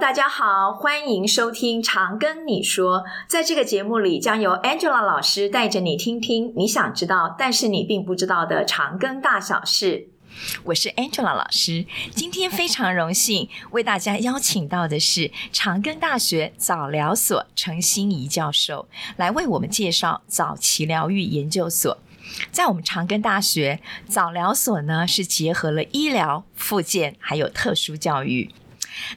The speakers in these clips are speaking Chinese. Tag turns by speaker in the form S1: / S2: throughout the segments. S1: 大家好，欢迎收听《常跟你说》。在这个节目里，将由 Angela 老师带着你听听你想知道，但是你并不知道的常跟大小事。
S2: 我是 Angela 老师，今天非常荣幸为大家邀请到的是长庚大学早疗所陈心怡教授，来为我们介绍早期疗愈研究所。在我们长庚大学早疗所呢，是结合了医疗、复健还有特殊教育。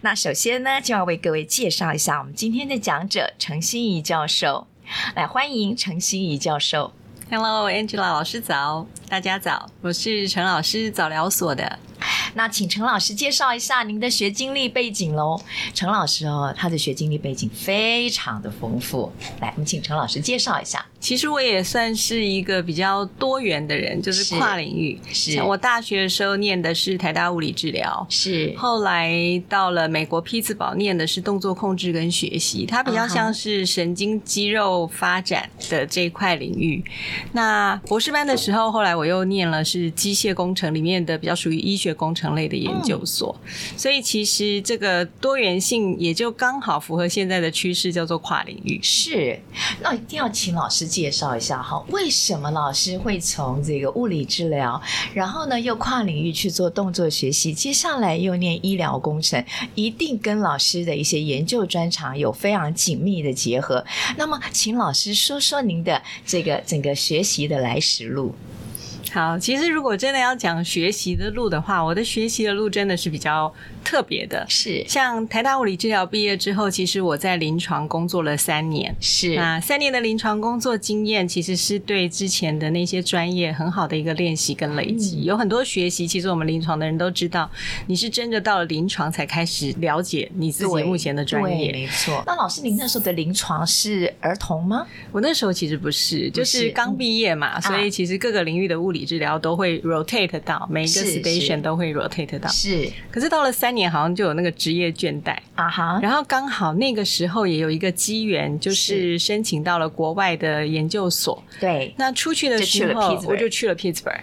S2: 那首先呢，就要为各位介绍一下我们今天的讲者陈心怡教授，来欢迎陈心怡教授。
S3: Hello，Angela 老师早，大家早，我是陈老师早疗所的。
S2: 那请陈老师介绍一下您的学经历背景喽。陈老师哦，他的学经历背景非常的丰富。来，我们请陈老师介绍一下。
S3: 其实我也算是一个比较多元的人，就是跨领域。
S2: 是
S3: 我大学的时候念的是台大物理治疗，
S2: 是
S3: 后来到了美国匹兹堡念的是动作控制跟学习，它比较
S2: 啊
S3: 像是神经肌肉发展的这一块领域。那博士班的时候，后来我又念了是机械工程里面的比较属于医学工程类的研究所，
S2: 嗯
S3: 所以其实这个多元性也就刚好符合现在的趋势，叫做跨领域。
S2: 是，那一定要请老师介绍一下哈，为什么老师会从这个物理治疗，然后呢又跨领域去做动作学习，接下来又念医疗工程，一定跟老师的一些研究专长有非常紧密的结合。那么，请老师说说您的这个整个学习的来时路。
S3: 好，其实如果真的要讲学习的路的话，我的学习的路真的是比较特别的。
S2: 是
S3: 像台大物理治疗毕业之后，其实我在临床工作了三年。
S2: 是
S3: 那三年的临床工作经验，其实是对之前的那些专业很好的一个练习跟累积。
S2: 嗯
S3: 有很多学习，其实我们临床的人都知道，你是真的到了临床才开始了解你自己
S2: 对
S3: 目前的专
S2: 对
S3: 业。
S2: 没错。那老师，您那时候的临床是儿童吗？
S3: 我那时候其实不是，就是嗯啊刚毕业嘛，所以其实各个领域的物理治疗都会 rotate 到，每一个
S2: 是是
S3: station 都会 rotate 到。
S2: 是
S3: 可是到了三年，好像就有那个职业倦怠。
S2: 啊哈，
S3: 然后刚好那个时候也有一个机缘，就是
S2: 是
S3: 申请到了国外的研究所。
S2: 对，
S3: 那出去的
S2: 就去
S3: 时
S2: 了
S3: 候，
S2: Pittsburgh
S3: 我就去了 Pittsburgh。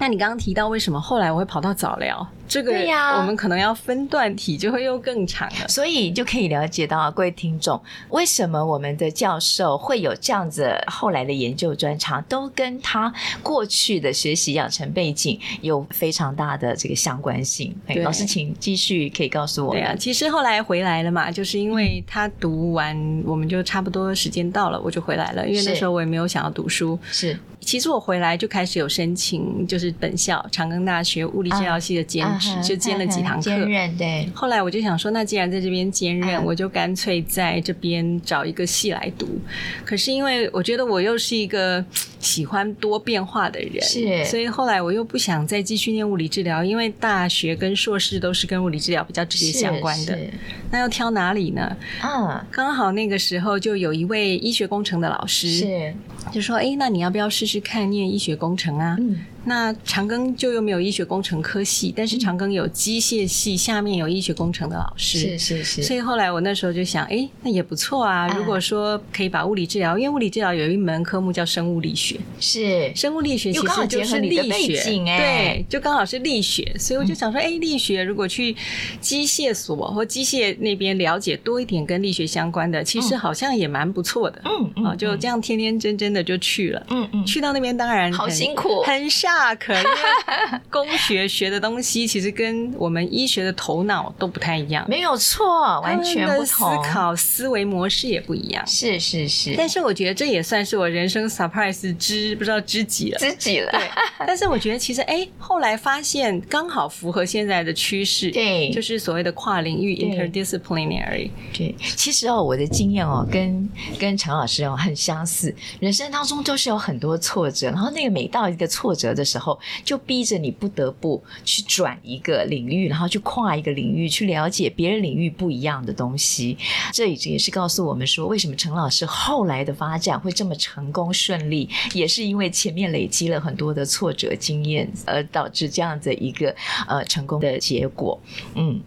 S3: 那你刚刚提到为什么后来我会跑到早疗，这个
S2: 对呀
S3: 我们可能要分段体，就会又更长了。
S2: 所以就可以了解到，各位听众，为什么我们的教授会有这样子后来的研究专长，都跟他过去的学习养成背景有非常大的这个相关性。哎
S3: 对
S2: 老师，请继续可以告诉我
S3: 对啊，
S2: 们。
S3: 其实后来回来了嘛，就是因为他读完，我们就差不多时间到了，我就回来了。因为那
S2: 是
S3: 时候我也没有想要读书，
S2: 是
S3: 其实我回来就开始有申请，就是本校长庚大学物理治疗系的兼职，
S2: 啊哈
S3: 就兼了几堂课。
S2: 兼任对，
S3: 后来我就想说，那既然在这边兼任，
S2: 嗯
S3: 我就干脆在这边找一个系来读。可是因为我觉得我又是一个喜欢多变化的人，
S2: 是
S3: 所以后来我又不想再继续念物理治疗，因为大学跟硕士都是跟物理治疗比较直接相关的。
S2: 是，是
S3: 那要挑哪里呢？
S2: 嗯，
S3: 刚好那个时候就有一位医学工程的老师，
S2: 是，
S3: 就说：“诶，那你要不要试试看念医学工程啊？”
S2: 嗯，
S3: 那长庚就又没有医学工程科系，但是长庚有机械系，下面有医学工程的老师。
S2: 是是是，
S3: 所以后来我那时候就想，诶，那也不错啊。
S2: 嗯
S3: 如果说可以把物理治疗，因为物理治疗有一门科目叫生物力学，
S2: 是
S3: 生物力学
S2: 又
S3: 其
S2: 刚好
S3: 实就
S2: 结合
S3: 是
S2: 你的
S3: 力
S2: 背
S3: 学，
S2: 景哎嗯
S3: 对，就刚好是力学，所以我就想说，诶，哎力学如果去机械所或机械那边了解多一点跟力学相关的，其实好像也蛮不错的。
S2: 嗯
S3: 啊，就这样天天真真的就去了。
S2: 嗯嗯，
S3: 去到那边当然
S2: 好
S3: 很
S2: 辛苦
S3: 很 shock，因为工学学的东西其实跟我们医学的头脑都不太一样，
S2: 没有错， 完全
S3: 他们
S2: 不
S3: 的
S2: 同，
S3: 思考思维模式也不一样。
S2: 是是是，
S3: 但是我觉得这也算是我人生 surprise 之不知道知己了。
S2: 知己了，
S3: 但是我觉得其实哎，后来发现刚好符合现在的趋势，
S2: 对
S3: 就是所谓的跨领域
S2: 对
S3: interdisciplinary。
S2: 对，其实哦，我的经验哦，跟跟陈老师哦很相似。人生当中就是有很多挫折，然后那个每到一个挫折的时候，就逼着你不得不去转一个领域，然后去跨一个领域，去了解别人领域不一样的东西。这也也是告诉我们说，为什么陈老师后来的发展会这么成功顺利，也是因为前面累积了很多的挫折经验，而导致这样的一个呃成功的结果。嗯，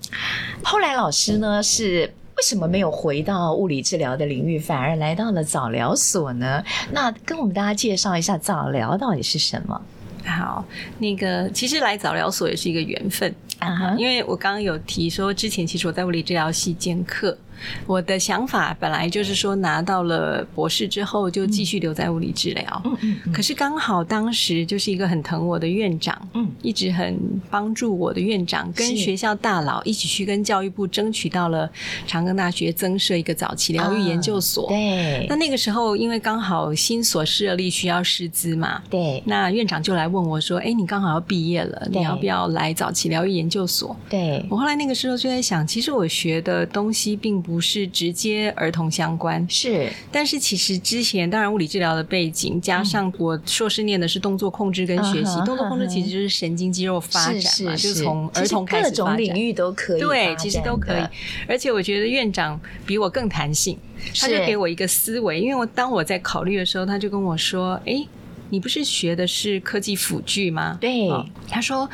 S2: 后来老师呢是。为什么没有回到物理治疗的领域，反而来到了早疗所呢？那跟我们大家介绍一下早疗到底是什么
S3: 好，那个其实来早疗所也是一个缘分。
S2: 啊哈
S3: 因为我刚刚有提说，之前其实我在物理治疗系兼课，我的想法本来就是说拿到了博士之后就继续留在物理治疗。
S2: 嗯嗯嗯
S3: 可是刚好当时就是一个很疼我的院长，
S2: 嗯
S3: 一直很帮助我的院长，跟
S2: 是
S3: 学校大佬一起去跟教育部争取到了长庚大学增设一个早期疗愈
S2: 啊
S3: 研究所。
S2: 对
S3: 那那个时候，因为刚好新所设立需要师资嘛，
S2: 对
S3: 那院长就来问我说：“哎，你刚好要毕业了，
S2: 对
S3: 你要不要来早期疗愈研究所
S2: 对？”
S3: 我后来那个时候就在想，其实我学的东西并不是直接儿童相关，
S2: 是
S3: 但是其实之前当然物理治疗的背景，加上我硕士念的是动作控制跟学习，
S2: 嗯嗯哼
S3: 动作控制其实就是神经肌肉发展嘛，
S2: 是是
S3: 就是
S2: 是
S3: 从儿童
S2: 其实
S3: 开
S2: 各
S3: 始发
S2: 种
S3: 展
S2: 领域都可以发展
S3: 对，
S2: 的，
S3: 其实都可以。而且我觉得院长比我更弹性，他就是给我一个思维，因为我当我在考虑的时候，他就跟我说：“诶，你不是学的是科技辅具吗？”
S2: 对
S3: 哦他说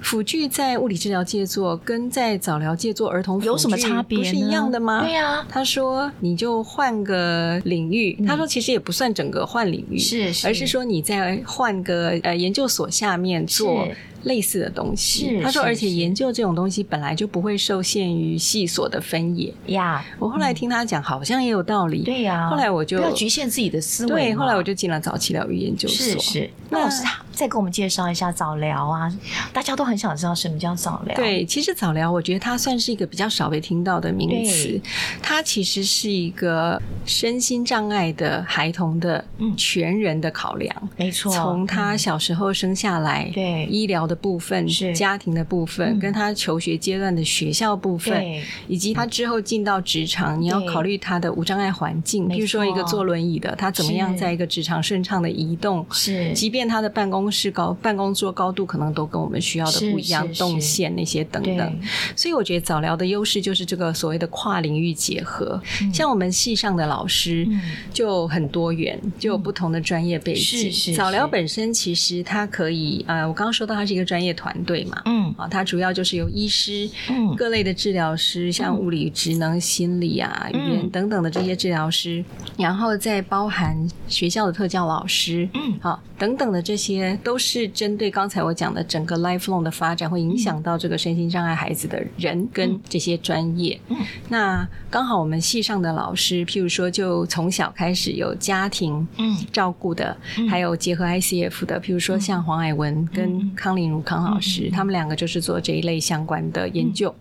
S3: 辅具在物理治疗界做跟在早疗界做儿童辅
S2: 有什么
S3: 具
S2: 差别
S3: 不
S2: 呢？
S3: 是一样的吗？
S2: 对啊呀，
S3: 他说：“你就换个领域。
S2: 嗯
S3: 他说：“其实也不算整个换领域，
S2: 是是
S3: 而是说你再换个呃研究所下面做
S2: 是
S3: 类似的东西。”
S2: 是
S3: 他说：“
S2: 是
S3: 而且
S2: 是
S3: 研究这种东西本来就不会受限于系所的分野。
S2: 呀，”
S3: 我后来听他讲，好像也有道理。
S2: 嗯对呀。
S3: 后来我就
S2: 不要局限自己的思维嘛。
S3: 对，后来我就进了早期疗愈研究所。
S2: 是是，
S3: 那
S2: 那老师再给我们介绍一下早疗啊，大家都很想知道什么叫早疗。，
S3: 对，其实早疗，我觉得它算是一个比较少被听到的名词
S2: 对。
S3: 它其实是一个身心障碍的孩童的
S2: 嗯
S3: 全人的考量，
S2: 没错，嗯
S3: 从他小时候生下来，
S2: 对
S3: 医疗的部分、
S2: 是
S3: 家庭的部
S2: 嗯
S3: 分，跟他求学阶段的学校部分，
S2: 对
S3: 以及他之后进到职场，你要
S2: 对
S3: 考虑他的无障碍环境，
S2: 没
S3: 比如说一个
S2: 错
S3: 坐轮椅的，他怎么样
S2: 是
S3: 在一个职场顺畅的移动，
S2: 是
S3: 即便他的办公室高、办公桌高度可能都跟我们需要的
S2: 是
S3: 不一样，
S2: 是是
S3: 动线那些等等
S2: 对。
S3: 所以我觉得早疗的优势就是这个所谓的跨领域结合。像我们系上的老师
S2: 嗯
S3: 就很多元，就有不同的专业背景。
S2: 是是
S3: 早疗
S2: 是
S3: 本身其实它可以，呃，我刚刚说到它是一个专业团队嘛。
S2: 嗯
S3: 啊，它主要就是由医师、
S2: 嗯
S3: 各类的治疗师，像物理、职能、心理啊、语言
S2: 嗯
S3: 等等的这些治疗师，然后再包含学校的特教老师，
S2: 嗯
S3: 好、等等的这些，都是针对刚才我讲的整个 lifelong 的发展，会影响到这个身心障碍孩子的人跟这些专业。
S2: 嗯
S3: 那刚好我们系上的老师，譬如说，就从小开始有家庭
S2: 嗯
S3: 照顾的，
S2: 嗯
S3: 还有结合 ICF 的，比如说像黄海文跟康林如康老
S2: 嗯
S3: 师，他们两个就是做这一类相关的研究。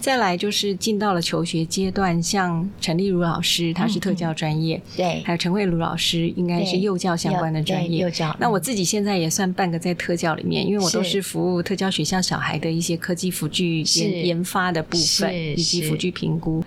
S3: 再来就是进到了求学阶段，像陈丽如老师，她是特教专业，
S2: 对
S3: 还有陈慧茹老师，应该是
S2: 嗯对
S3: 幼教相关的专业
S2: 幼。教。嗯
S3: 那我自己现在也算半个在特教里面，因为我都是服务特教学校小孩的一些科技辅具
S2: 是
S3: 研研发的部分，
S2: 是
S3: 以及
S2: 是
S3: 辅具评估。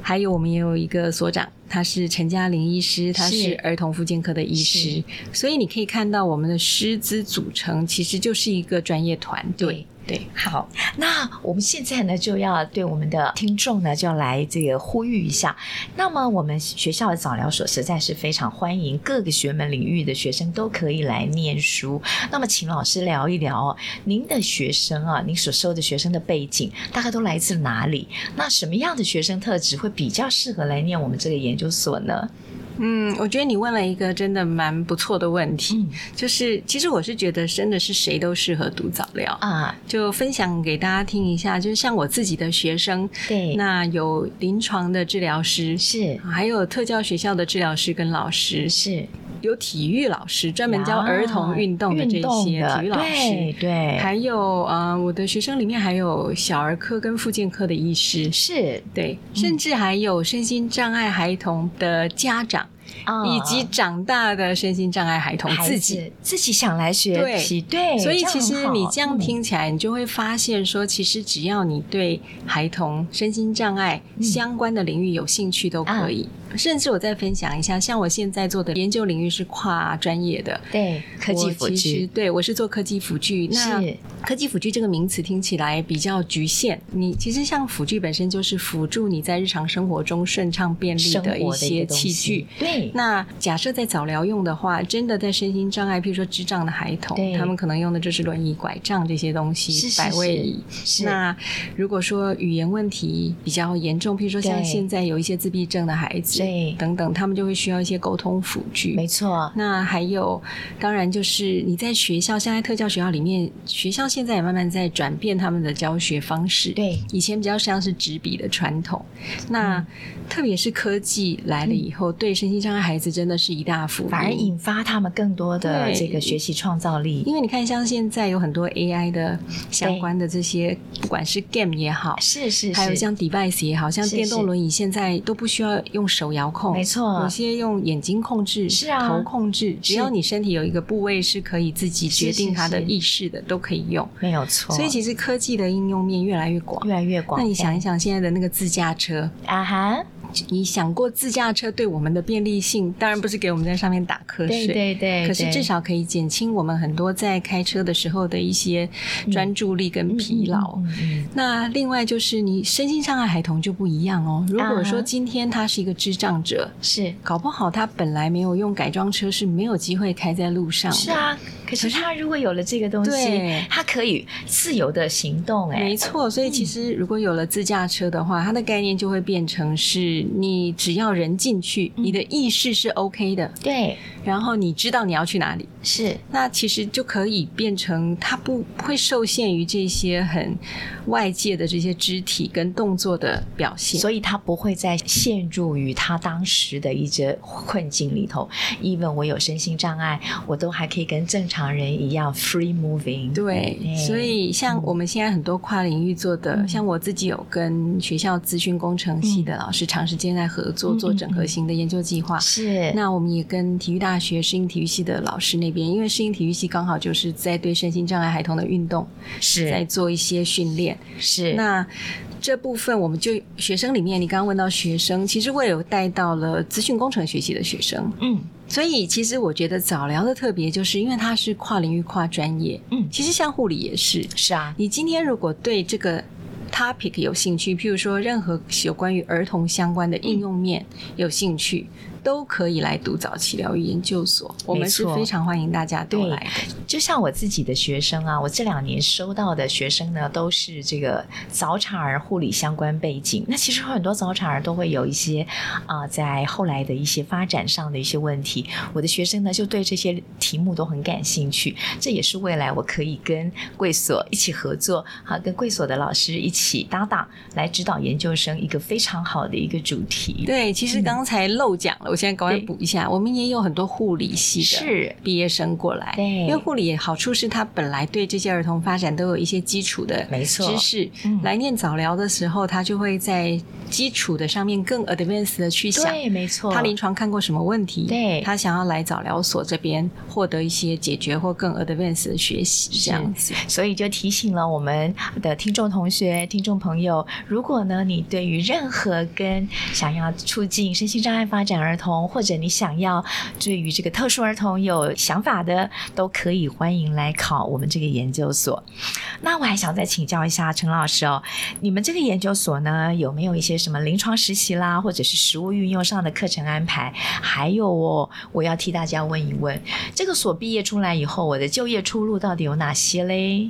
S3: 还有我们也有一个所长，他是陈嘉玲医师，他是
S2: 是
S3: 儿童复健科的医师
S2: 是，
S3: 所以你可以看到我们的师资组成其实就是一个专业团队。对，
S2: 好，那我们现在呢就要对我们的听众呢就要来这个呼吁一下。那么我们学校的早疗所实在是非常欢迎各个学门领域的学生都可以来念书。那么请老师聊一聊哦，您的学生啊，您所收的学生的背景大概都来自哪里？那什么样的学生特质会比较适合来念我们这个研究所呢？
S3: 嗯，我觉得你问了一个真的蛮不错的问题，
S2: 嗯
S3: 就是其实我是觉得真的是谁都适合读早疗。
S2: 啊，
S3: 就分享给大家听一下，就是像我自己的学生，
S2: 对，
S3: 那有临床的治疗师，
S2: 是
S3: 还有特教学校的治疗师跟老师，
S2: 是
S3: 有体育老师专门教
S2: 呀
S3: 儿童运动的这
S2: 运动
S3: 些
S2: 的
S3: 体育老
S2: 对
S3: 师。
S2: 对，
S3: 还有呃，我的学生里面还有小儿科跟复健科的医师，
S2: 是
S3: 对，甚至还有身心障碍孩童的家长，
S2: 啊，
S3: 以及长大的身心障碍孩童
S2: 孩
S3: 自
S2: 子
S3: 己。
S2: 自己想来学习，对，
S3: 所以
S2: 这样
S3: 其实
S2: 很好
S3: 你这样
S2: 嗯
S3: 听起来，你就会发现说，其实只要你对孩童身心障碍
S2: 嗯
S3: 相关的领域有兴趣都可以。甚至我再分享一下，像我现在做的研究领域是跨专业的。
S2: 对科技辅
S3: 我其实
S2: 具
S3: 对我是做科技辅具。那
S2: 是
S3: 科技辅具这个名词听起来比较局限，你其实像辅具本身就是辅助你在日常生活中顺畅便利
S2: 生活
S3: 的
S2: 的
S3: 一
S2: 一
S3: 些
S2: 个东
S3: 器具
S2: 西。，对，
S3: 那假设在早疗用的话，真的在身心障碍，譬如说智障的孩童，
S2: 对
S3: 他们可能用的就是轮椅、拐杖这些东西，
S2: 是是
S3: 百位椅。
S2: 是
S3: 那如果说语言问题比较严重，譬如说像
S2: 对
S3: 现在有一些自闭症的孩子，子，
S2: 对
S3: 等等，他们就会需要一些沟通辅具。
S2: 没错，
S3: 那还有，当然就是你在学校，像在特教学校里面，学校现在也慢慢在转变他们的教学方式。，
S2: 对，
S3: 以前比较像是纸笔的传统，那、特别是科技来了以后，对身心障碍孩子真的是一大福音。
S2: 嗯反而引发他们更多的
S3: 嗯对
S2: 这个学习创造力。
S3: 因为你看，像现在有很多 AI 的相关的这些，不管是 game 也好，
S2: 是是
S3: 还有
S2: 是，
S3: 像 device 也好，像
S2: 是
S3: 电动轮椅现在都不需要用手遥控，
S2: 没错
S3: 有些用眼睛控制，
S2: 是啊
S3: 头控制，只要你身体有一个部位是可以自己决定它的
S2: 是是是
S3: 意识的，都可以用。
S2: 没有错。
S3: 所以其实科技的应用面越来越广
S2: 越。来越广。
S3: 那你想一想，现在的那个自驾车，
S2: 啊哈，
S3: 你想过自驾车对我们的便利性？当然不是给我们在上面打瞌
S2: 对
S3: 睡，
S2: 对对，
S3: 可是
S2: 对
S3: 至少可以减轻我们很多在开车的时候的一些专注力跟疲劳。
S2: 嗯嗯
S3: 那另外就是你身心障碍孩童就不一样哦。如果
S2: 啊哈
S3: 说今天他是一个智障者，
S2: 嗯是
S3: 搞不好他本来没有用改装车是没有机会开在路上的。
S2: 是，啊，可是他如果有了这个东西
S3: 对，
S2: 他可以自由的行动，哎
S3: 没，错。所以其实如果有了自驾车的话，它的概念就会变成是你只要人进去，
S2: 嗯
S3: 你的意识是 OK 的，
S2: 对，
S3: 然后你知道你要去哪里，
S2: 是
S3: 那其实就可以变成它不不会受限于这些很外界的这些肢体跟动作的表现。
S2: 所以他不会再陷入于他当时的一些困境里头。even 我有身心障碍，我都还可以跟正常人一样 free moving。
S3: 对，
S2: 对
S3: 所以像我们现在很多跨领域做的，
S2: 嗯
S3: 像我自己有跟学校资讯工程系的老师长时间在合作、
S2: 嗯
S3: 做整合型的研究计划。
S2: 是
S3: 啊那我们也跟体育大学适应体育系的老师那边，因为适应体育系刚好就是在对身心障碍孩童的运动在
S2: 是
S3: 做一些训练。
S2: 是
S3: 那这部分我们就学生里面，你刚刚问到学生，其实我也有带到了资讯工程学习的学生，
S2: 嗯
S3: 所以其实我觉得早疗的特别，就是因为它是跨领域、跨专业。
S2: 嗯
S3: 其实像护理也是，
S2: 是啊
S3: 你今天如果对这个 topic 有兴趣，譬如说任何有关于儿童相关的应用面
S2: 嗯
S3: 有兴趣，都可以来读早期疗愈研究所。我们是
S2: 没错
S3: 非常欢迎大家都
S2: 对
S3: 来的。
S2: 就像我自己的学生啊，我这两年收到的学生呢，都是这个早产儿护理相关背景。那其实很多早产儿都会有一些啊、在后来的一些发展上的一些问题。我的学生呢，就对这些题目都很感兴趣。这也是未来我可以跟贵所一起合作，啊，跟贵所的老师一起搭档来指导研究生一个非常好的一个主题。
S3: 对，其实刚才漏讲了，我现在赶快
S2: 对
S3: 补一下。我们也有很多护理系
S2: 嗯
S3: 的，
S2: 是
S3: 毕业生过来，
S2: 对
S3: 因为护理好处是他本来对这些儿童发展都有一些基础的
S2: 没错
S3: 知识
S2: 嗯，
S3: 来念早疗的时候，他就会在基础的上面更 advanced 的去想。
S2: 对，没错，
S3: 他临床看过什么问题？
S2: 哦对
S3: 他想要来早疗所这边获得一些解决或更 advanced 的学习，这样子。
S2: 所以就提醒了我们的听众同学、听众朋友，如果呢你对于任何跟想要促进身心障碍发展儿童，或者你想要对于这个特殊儿童有想法的，都可以欢迎来考我们这个研究所。那我还想再请教一下陈老师哦，你们这个研究所呢有没有一些什么临床实习啦，或者是实务运用上的课程安排？还有哦，我要替大家问一问，这个所毕业出来以后，我的就业出路到底有哪些嘞？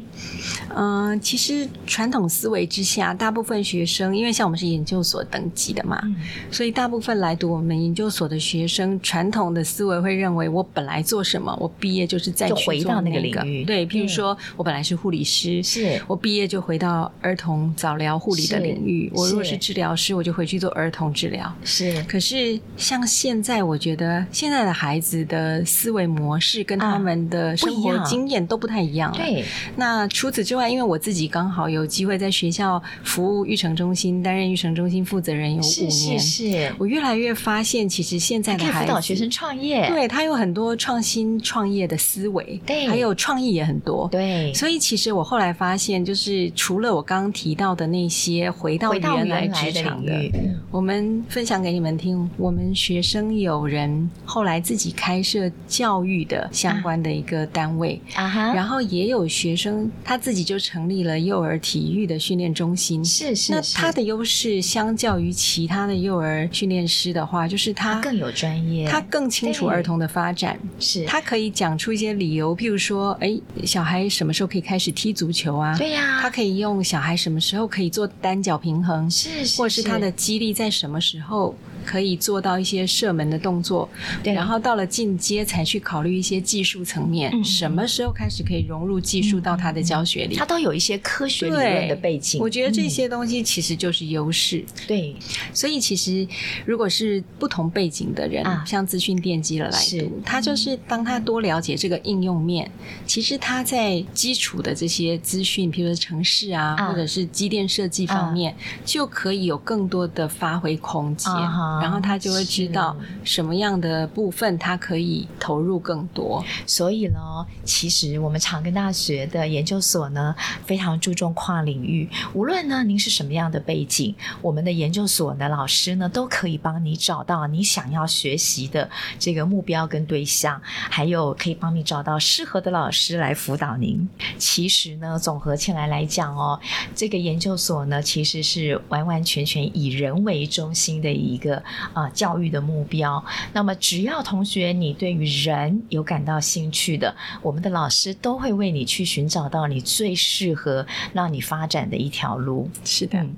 S3: 嗯、其实传统思维之下，大部分学生，因为像我们是研究所等级的嘛，
S2: 嗯，
S3: 所以大部分来读我们研究所的学生，传统的思维会认为，我本来做什么，我毕业就是再
S2: 就
S3: 去
S2: 回
S3: 做
S2: 到那
S3: 那
S2: 个领域
S3: 对，譬
S2: 嗯
S3: 如说我本来是护理师，
S2: 是
S3: 我毕业就回到儿童早疗护理的
S2: 是
S3: 领域。我如果
S2: 是
S3: 是治疗师，我就回去做儿童治疗。
S2: 是
S3: 可是像现在，我觉得现在的孩子的思维模式跟
S2: 啊
S3: 他们的
S2: 不
S3: 生
S2: 一
S3: 活
S2: 样
S3: 经验都不太一样了。
S2: 对，
S3: 那除此之外，因为我自己刚好有机会在学校服务育成中心，担任育成中心负责人有五
S2: 是是
S3: 年。
S2: 是，
S3: 我越来越发现，其实现在
S2: 还
S3: 的
S2: 可以
S3: 孩
S2: 辅
S3: 子，
S2: 导学生创业，
S3: 对他有很多创新创业的思维，
S2: 对
S3: 还有创意也很多。
S2: 对，
S3: 所以其实我后来发现，就是除了我刚刚提到的那些回到
S2: 回到
S3: 原来
S2: 原
S3: 职
S2: 来的
S3: 场
S2: 领
S3: 的，
S2: 域，嗯
S3: 我们分享给你们听。我们学生有人后来自己开设教育的相关的一个单位，
S2: 啊哈，
S3: 然后也有学生他自己就成立了幼儿体育的训练中心。
S2: 是是，
S3: 那
S2: 是
S3: 他的优势相较于其他的幼儿训练师的话，就是他
S2: 他更有专业，
S3: 他更清楚
S2: 对
S3: 儿童的发展，
S2: 是
S3: 他可以讲出一些理由，譬如说，哎，小孩什么时候可以开始踢足球啊？
S2: 对呀，
S3: 他可以用小孩什么时候可以做单脚平衡，
S2: 是，
S3: 或者是他的肌力在什么时候可以做到一些射门的动作，
S2: 对
S3: 然后到了进阶才去考虑一些技术层面，
S2: 嗯
S3: 什么时候开始可以融入技术嗯到他的教学里嗯
S2: 它。都有一些科学理论的背景。嗯
S3: 我觉得这些东西其实就是优势，
S2: 对
S3: 所以其实如果是不同背景的人，
S2: 啊
S3: 像资讯奠基了来
S2: 是
S3: 读，他就是当他多了解这个应用面，其实他在基础的这些资讯，譬如说城市啊，
S2: 啊
S3: 或者是机电设计方面，就可以有更多的发挥空间，
S2: 啊哈
S3: 然后他就会知道什么样的部分他可以投入更多。
S2: 所以呢，其实我们长庚大学的研究所呢，非常注重跨领域。无论呢您是什么样的背景，我们的研究所的老师呢，都可以帮你找到你想要学习的这个目标跟对象，还有可以帮你找到适合的老师来辅导您。其实呢，总合起来来讲哦，这个研究所呢，其实是完完全全以人为中心的一个啊、呃教育的目标。那么，只要同学你对于人有感到兴趣的，我们的老师都会为你去寻找到你最适合让你发展的一条路。
S3: 是
S2: 嗯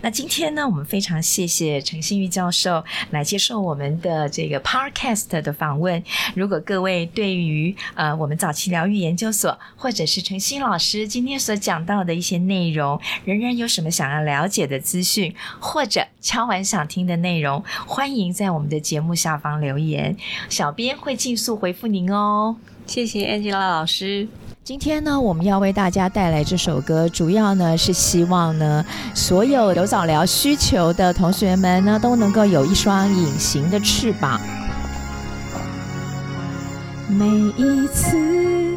S2: 那今天呢，我们非常谢谢陈信玉教授来接受我们的这个 Podcast 的访问。如果各位对于呃我们早期疗愈研究所或者是陈信老师今天所讲到的一些内容，仍然有什么想要了解的资讯，或者敲完想听的内容，欢迎在我们的节目下方留言，小编会尽速回复您哦。
S3: 谢谢 Angela 老师。
S2: 今天呢，我们要为大家带来这首歌，主要呢是希望呢，所有有早疗需求的同学们呢，都能够有一双隐形的翅膀。
S4: 每一次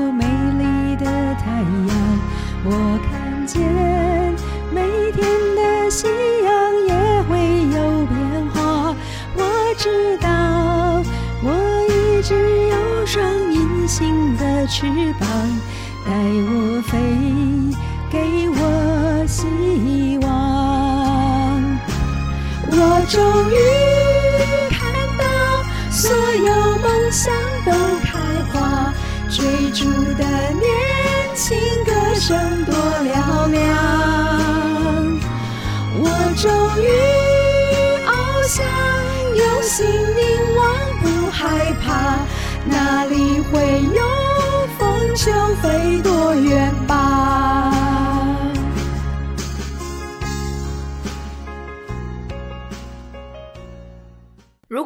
S4: 美丽的太阳，我看见每天的夕阳也会有变化。我知道，我一直有双隐形的翅膀，带我飞，给我希望。我终于看到所有梦想都开花，追逐的年轻歌声多嘹亮。我终于翱翔，用心凝望，不害怕，哪里会有风就飞多远吧。
S1: 如